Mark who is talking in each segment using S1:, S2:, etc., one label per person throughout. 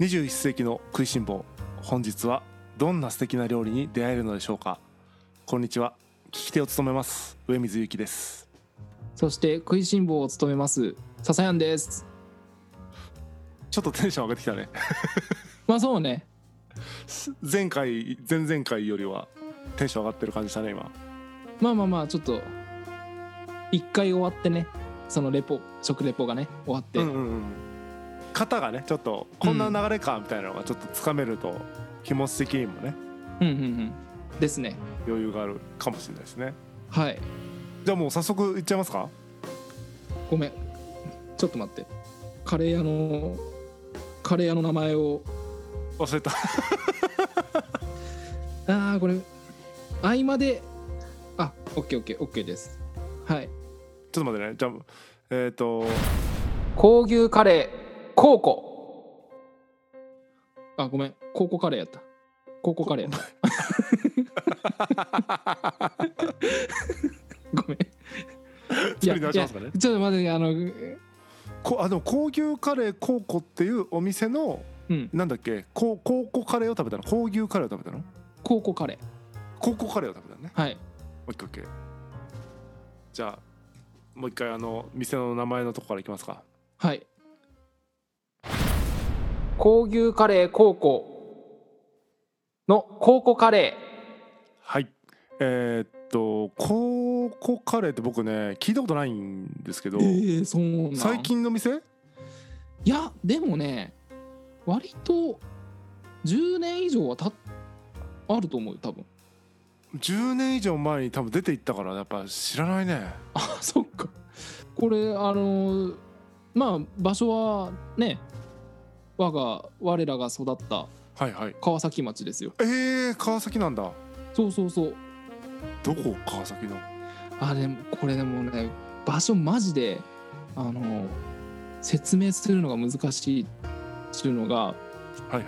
S1: 21世紀の食いしん坊本日はどんな素敵な料理に出会えるのでしょうかこんにちは聞き手を務めます上水ゆきです
S2: そして食いしん坊を務めます笹やんです
S1: ちょっとテンション上がってきたね
S2: まあそうね
S1: 前回前々回よりはテンション上がってる感じしたね今
S2: まあまあまあちょっと一回終わってねそのレポ食レポがね終わって、
S1: うんうんうん肩がねちょっとこんな流れかみたいなのがちょっとつかめると、気持ち的にもね
S2: うんうんうんですね
S1: 余裕があるかもしれないですね
S2: はい
S1: じゃあもう早速いっちゃいますか
S2: ごめんちょっと待ってカレー屋のカレー屋の名前を
S1: 忘れた
S2: ああこれ合間であオッケーオッケーオッケーですはい
S1: ちょっと待ってねじゃあえっ、と
S2: 高牛カレーコーコあごめんコーコカレーやったコーコカレーやった ごめんい
S1: 作
S2: や
S1: り直しますかね
S2: ちょっと待ってあの
S1: こあでも高級カレーコーコっていうお店の
S2: うん
S1: なんだっけこうコーコカレーを食べたの高級カレーを食べたの
S2: コーコカレ
S1: 高校カレーを食べたのね
S2: ーはい
S1: オッケーオッケーじゃあもう一回あの店の名前のとこからいきますか
S2: はい高牛カレーコーコのコーコカレ
S1: はいえーっと高校カレーって僕ね聞いたことないんですけど、
S2: ええそうなん
S1: 最近の店
S2: いやでもね割と10年以上はたあると思うよ多分
S1: 10年以上前に多分出て行ったからやっぱ知らないね
S2: あそっかこれあのーまあ場所はね我が我らが育った
S1: はいはい
S2: 川崎町ですよ
S1: えー、川崎なんだ
S2: そうそうそう
S1: どこ川崎の
S2: あでもこれでもね場所マジであのー説明するのが難しいっていうのが
S1: はいはい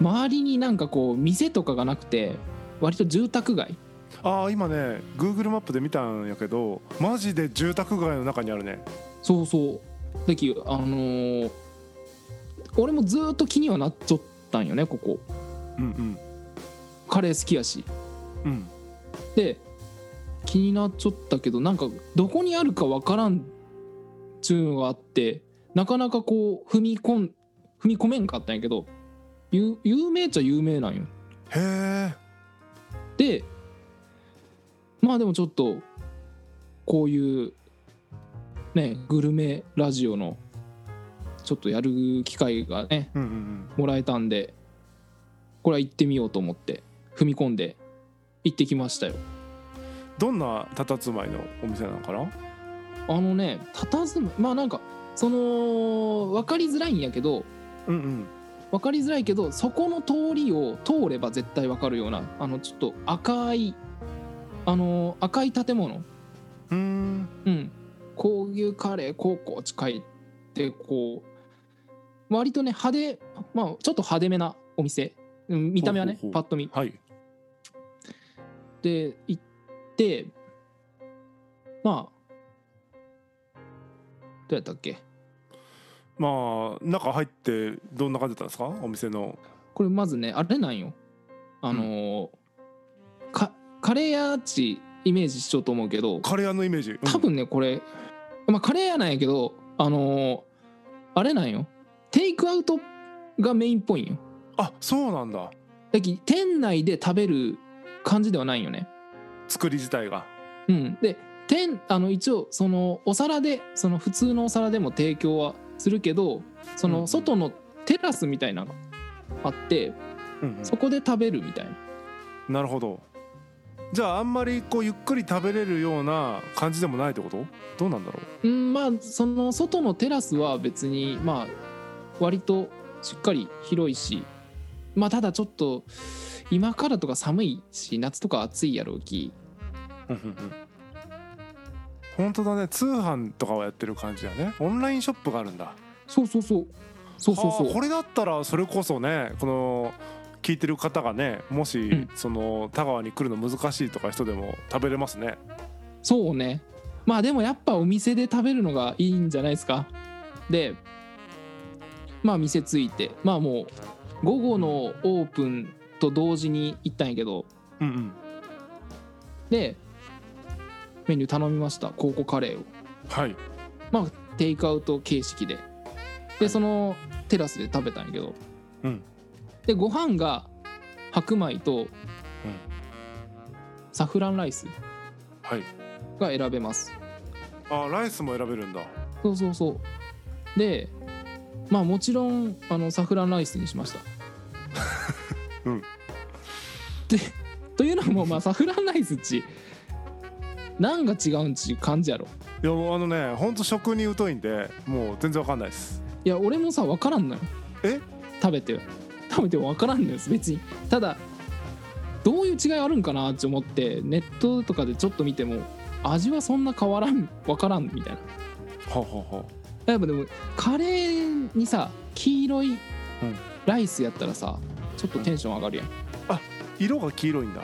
S2: 周りになんかこう店とかがなくて割と住宅街
S1: ああ今ね Google マップで見たんやけどマジで住宅街の中にあるね
S2: そうそうだきあのー俺もずーっと気にはなっちゃったんよねここ
S1: うん
S2: カレー好きやし
S1: うんうん
S2: で気になっちゃったけどなんかどこにあるかわからんっちゅうのがあってなかなかこう踏み込ん踏み込めんかったんやけど有有名っちゃ有名なんよ
S1: へえ
S2: でまあでもちょっとこういうねグルメラジオのちょっとやる機会がね
S1: うんうんうん
S2: もらえたんでこれは行ってみようと思って踏み込んで行ってきましたよ
S1: どんな佇まいのお店なのかな
S2: あのね佇むまあなんかその分かりづらいんやけど
S1: うんうん
S2: 分かりづらいけどそこの通りを通れば絶対分かるようなあのちょっと赤いあのー赤い建物
S1: うーん
S2: うん高級カレー高校近いってこう割とね派手まあちょっと派手めなお店うん見た目はね
S1: ほうほうほう
S2: パッと見
S1: はい
S2: で行ってまあどうやったっけ
S1: まあ中入ってどんな感じだったんですかお店の
S2: これまずねあれなんよあのーかカレー屋地イメージしようと思うけど
S1: カレー屋のイメージ、うん
S2: 多分ねこれ、まあ、カレー屋なんやけどあのーあれなんよテイクアウトがメインっぽいんよ
S1: あそうなんだ
S2: だき店内で食べる感じではないんよね
S1: 作り自体が
S2: うん、で天あの一応そのお皿でその普通のお皿でも提供はするけどそ
S1: うんう
S2: の
S1: ん
S2: 外のテラスみたいなのがあって
S1: うん、
S2: そこで食べるみたいな
S1: うん、なるほどじゃああんまりこうゆっくり食べれるような感じでもないってことどうなんだろ
S2: うんまあその外のテラスは別にまあ割としっかり広いしまあただちょっと今からとか寒いし夏とか暑いやろうき
S1: う、うんうんうん、本当だね通販とかはやってる感じだねオンラインショップがあるんだ
S2: そうそうそうそうそう
S1: あー
S2: そ
S1: こ
S2: う
S1: れだったらそれこそねこの聞いてる方がねもし、
S2: うん
S1: その田川に来るの難しいとか人でも食べれますね
S2: そうねまあでもやっぱお店で食べるのがいいんじゃないですかでまあ店着いてまあもう午後のオープンと同時に行ったんやけど
S1: うんうん
S2: でメニュー頼みましたコーコカレーを
S1: はい
S2: まあテイクアウト形式ででそのテラスで食べたんやけど、
S1: うん
S2: でご飯が白米とサフランライス
S1: はい
S2: が選べます
S1: あライスも選べるんだ
S2: そうそうそうでまあもちろんあのサフランライスにしました
S1: うん
S2: でというのもまあサフランライスっち何が違うんち感じやろ
S1: いやもうあのねほんと食に疎いんでもう全然わかんないです
S2: いや俺もさ分からんのよ
S1: え
S2: 食べて食べても分からんのよ別にただどういう違いあるんかなって思ってネットとかでちょっと見ても味はそんな変わらん分からんみたいな
S1: ははは
S2: やっぱでもカレーにさ黄色いライスやったらさちょっとテンション上がるやん、
S1: 色が黄色いんだ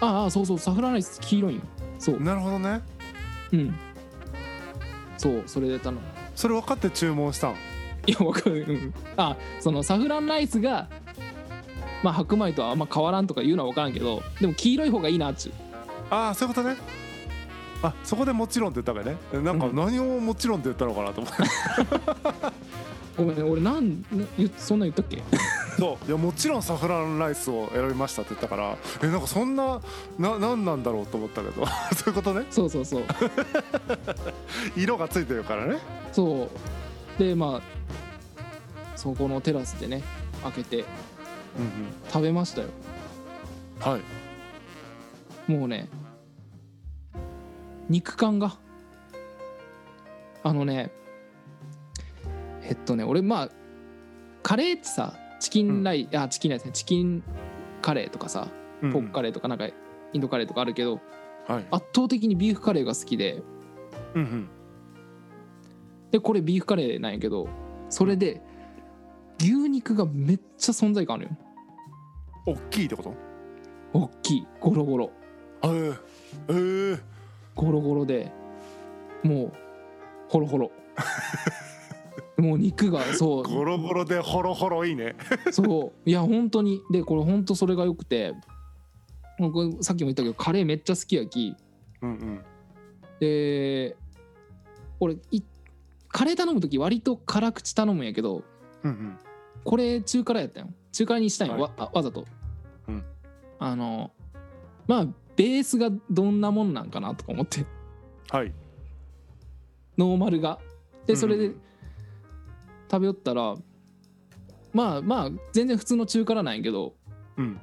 S2: ああそうそうサフランライス黄色いんよそう
S1: なるほどね
S2: うんそうそれで頼む
S1: それ分かって注文したん
S2: いやわかるうんあそのサフランライスがまあ白米とはあんま変わらんとか言うのは分からんけどでも黄色い方がいいなっちゅう
S1: ああそういうことねあそこでもちろんって言ったわけねえなんか
S2: うん
S1: 何をもちろんって言ったのかなと思って
S2: ごめん俺なんな言そんなん言ったっけ
S1: そういやもちろんサフランライスを選びましたって言ったからえなんかそんなな何なんだろうと思ったけど そういうことね
S2: そうそうそう
S1: 色がついてるからね
S2: そうでまあそこのテラスでね開けて
S1: うん
S2: 食べましたよ
S1: うんはい
S2: もうね肉感があのねえっとね俺まあカレーってさチキンライ、あチキンライスねチキンカレーとかさ
S1: うんうん
S2: ポークカレーとかなんかインドカレーとかあるけど、
S1: はい
S2: 圧倒的にビーフカレーが好きで
S1: うんうん
S2: でこれビーフカレーなんやけどそれで牛肉がめっちゃ存在感あるよ
S1: 大きいってこと
S2: 大きいゴロゴロ
S1: えー、えー、
S2: ゴロゴロでもうホロ ホロもう肉がそ
S1: ゴロゴロでホロホロいいね
S2: うそういや本当にでこれ本当それがよくて僕さっきも言ったけどカレーめっちゃ好きやき
S1: うんうん
S2: で俺いカレー頼む時割と辛口頼むんやけど
S1: うんうん
S2: これ中辛やったよ中辛にしたんよ、
S1: はい
S2: わあわざと、
S1: うん
S2: あのまあベースがどんなもんなんかなとか思って
S1: はい
S2: ノーマルがでそれ
S1: う
S2: で
S1: んうん
S2: 食べよったら、まあまあ全然普通の中辛なんやけど
S1: うん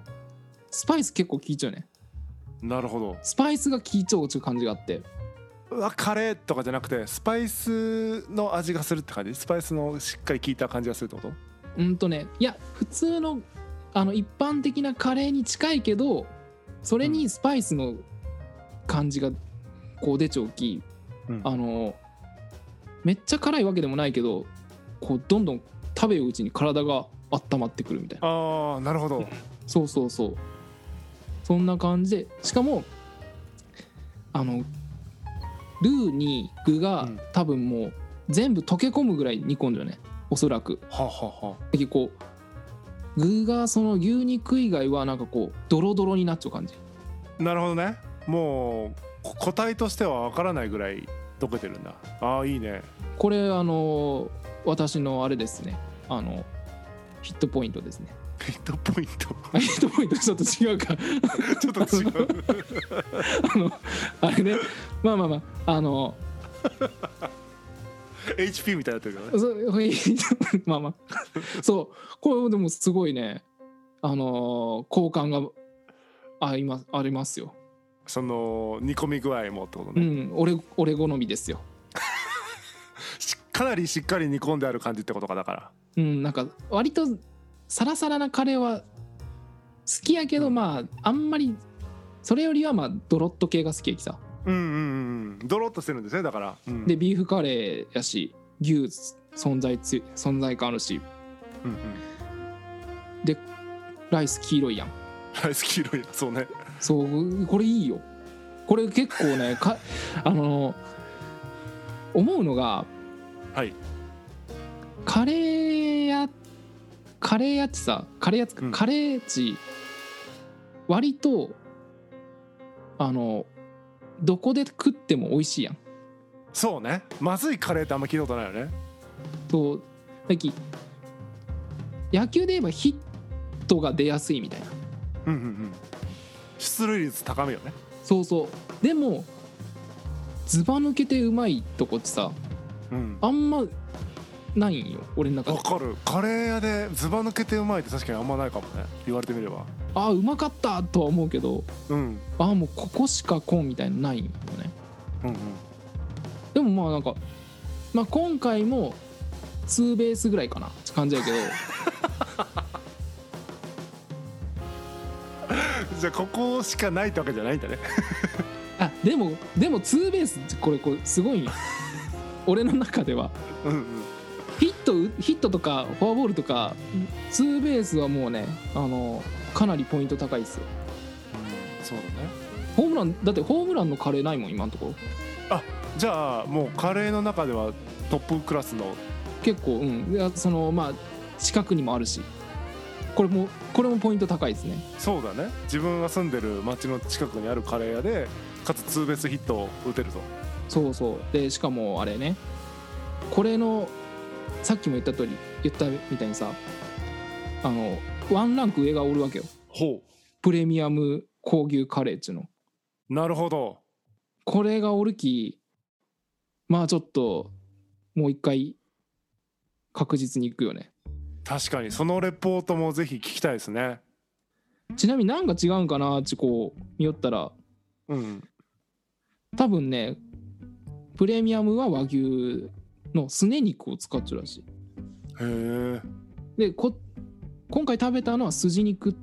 S2: スパイス結構効いちゃうね
S1: なるほど
S2: スパイスが効いちゃうっていう感じがあって
S1: うわカレーとかじゃなくてスパイスの味がするって感じスパイスのしっかり効いた感じがするってこと
S2: うんとねいや普通のあの一般的なカレーに近いけどそれにスパイスの感じがこう出ちゃうき、
S1: うん
S2: あのめっちゃ辛いわけでもないけどこうどんどん食べるうちに体が温まってくるみたいな
S1: ああなるほど
S2: そうそうそうそんな感じでしかもあのルーに具
S1: う
S2: が
S1: ん
S2: 多分もう全部溶け込むぐらい煮込んじゃうねおそらく
S1: はあはあは
S2: 結構具がその牛肉以外はなんかこうドロドロになっちゃう感じ
S1: あなるほどねもうこ個体としてはわからないぐらい溶けてるんだああいいね
S2: これあの私のあれですねあのヒットポイントですね
S1: ヒットポイント
S2: あヒットポイント ちょっと違う か
S1: ちょっと違う
S2: あのあれねまあまあまああの
S1: HP みたいになってるけどね
S2: そう まあまあそうこれでもすごいねあの好感があ今ありますよ
S1: その煮込み具合もってこと
S2: う
S1: ね、
S2: ん俺俺好みですよ
S1: しかなりしっかり煮込んである感じってことかだから
S2: うん、なんか割とサラサラなカレーは好きやけど、
S1: うん
S2: まああんまりそれよりはまあドロッと系が好きやきさ
S1: うんうんうんうんドロッとしてるんですねだから、うん
S2: でビーフカレーやし牛存在つ存在感あるし
S1: うんうん、
S2: ライス黄色いやん
S1: ライ ス黄色いなそうね
S2: そうこれいいよこれ結 構ねかあの思うのが
S1: はい
S2: カレー屋っカレーやちさカレーやつか、
S1: うん
S2: カレーち割とあのどこで食っても美味しいやん
S1: そうねまずいカレーってあんま聞いたことないよね
S2: とさっき野球で言えばヒットが出やすいみたいな
S1: うんうんうん出塁率高めよね
S2: そうそうでもずば抜けてうまいとこってさ
S1: うん
S2: あんまないんよ俺の中
S1: わ
S2: で
S1: かるカレー屋でずば抜けてうまいって確かにあんまないかもね言われてみれば
S2: ああうまかったとは思うけど
S1: うん
S2: ああもうここしかこうみたいなのないんよね
S1: うんうん
S2: でもまあなんか、まあ、今回もツーベースぐらいかなって感じやけど
S1: じゃあここしかないってわけじゃないんだね
S2: あでもでもツーベースってこれこれすごいんよ 俺の中では
S1: うんうん
S2: ヒットうヒットとかフォアボールとかツーベースはもうねあのかなりポイント高いですよ
S1: そうだね
S2: ホームランだってホームランのカレーないもん今のところ
S1: じゃあもうカレーの中ではトップクラスの
S2: 結構うんいやそのまあ近くにもあるしこれもこれもポイント高いですね
S1: そうだね自分が住んでる町の近くにあるカレー屋でかつツーベースヒットを打てると
S2: そうそうでしかもあれねこれのさっきも言った通り言ったみたいにさあのワンランク上がおるわけよ
S1: ほ
S2: プレミアム高牛カレーっちゅうの
S1: うなるほど
S2: これがおるきまあちょっともう一回確実に行くよね
S1: 確かにそのレポートもぜひ聞きたいですね
S2: ちなみに何が違うんかなってこう見よったら
S1: うん
S2: 多分ねプレミアムは和牛のすね肉を使っちゃうらしい
S1: へえ
S2: でこ今回食べたのは筋肉っ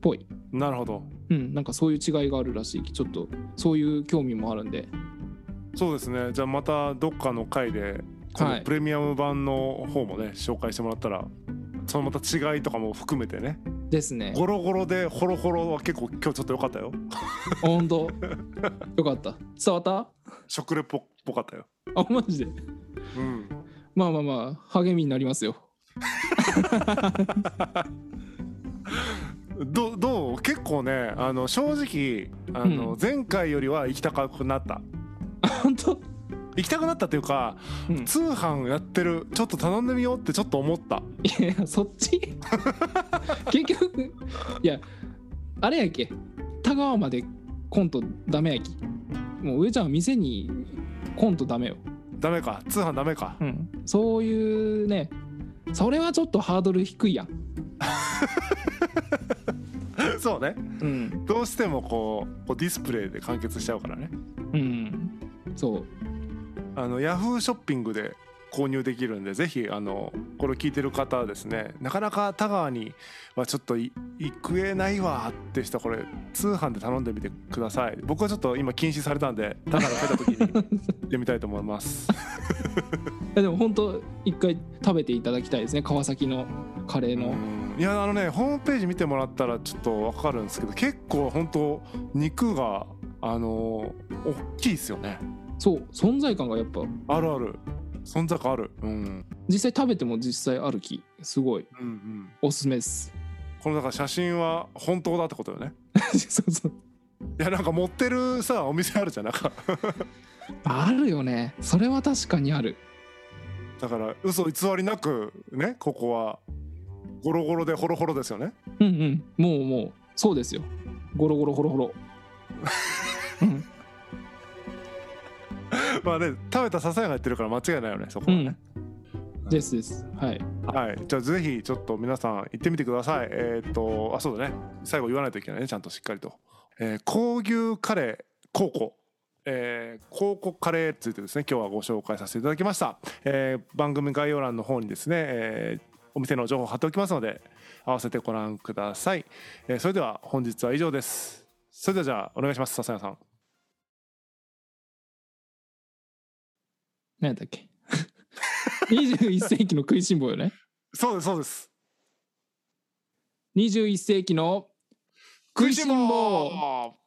S2: ぽい
S1: なるほど
S2: うんなんかそういう違いがあるらしいちょっとそういう興味もあるんで
S1: そうですねじゃあまたどっかの回でこ
S2: は
S1: の
S2: い
S1: プレミアム版の方もね紹介してもらったらそのまた違いとかも含めてね
S2: ですね
S1: ゴロゴロでホロホロは結構今日ちょっと良かったよ
S2: 本当よかった伝わった
S1: 食レポっぽかったよ
S2: あマジで
S1: うん
S2: まあまあまあ励みになりますよ
S1: どどう結構ねあの正直あの、
S2: うん
S1: 前回よりは行きたくなった
S2: 本当
S1: 行きたくなったというか
S2: うん
S1: 通販やってるちょっと頼んでみようってちょっと思った
S2: いやそっち結局いやあれやけ田川までコントダメやきもう上ちゃんは店にコントダメよ、
S1: ダメか通販ダメか
S2: うん、そういうねそれはちょっとハードル低いやん、
S1: そうね
S2: うん
S1: どうしてもこうこうディスプレイで完結しちゃうからね
S2: うん、そう
S1: あのヤフーショッピングで購入できるんでぜひあのこれ聞いてる方はですねなかなか田川にはちょっとい行くえないわって人これ通販で頼んでみてください僕はちょっと今禁止されたんで田川が出た時に行ってみたいと思います
S2: いやでも本当一回食べていただきたいですね川崎のカレーの、
S1: うんいやあのねホームページ見てもらったらちょっとわかるんですけど結構本当肉があの大きいですよね
S2: そう存在感がやっぱ
S1: あるある存在感あるうん
S2: 実際食べても実際あるきすごい
S1: うんうん
S2: おすすめです
S1: このだから写真は本当だってことよね
S2: そうそう
S1: いやなんか持ってるさお店あるじゃんなんか
S2: あるよねそれは確かにある
S1: だから嘘偽りなくねここはゴロゴロでホロホロですよね
S2: うんうんもうもうそうですよゴロゴロホロホロうん、
S1: まあね食べたささやがやってるから間違いないよねそこ
S2: う
S1: はね
S2: ん、、ですですはい
S1: はいじゃあぜひちょっと皆さん行ってみてくださいえーっとあそうだね最後言わないといけないねちゃんとしっかりと、えー、高牛カレー高校えー、高校カレーについてですね今日はご紹介させていただきました、えー番組概要欄の方にですね、えーお店の情報を貼っておきますので合わせてご覧ください、えーそれでは本日は以上ですそれではじゃあお願いします笹谷さん
S2: 何だっけ 21世紀の食いしん坊よね
S1: そうですそうです
S2: 21世紀の食いしん坊
S1: 食いしん坊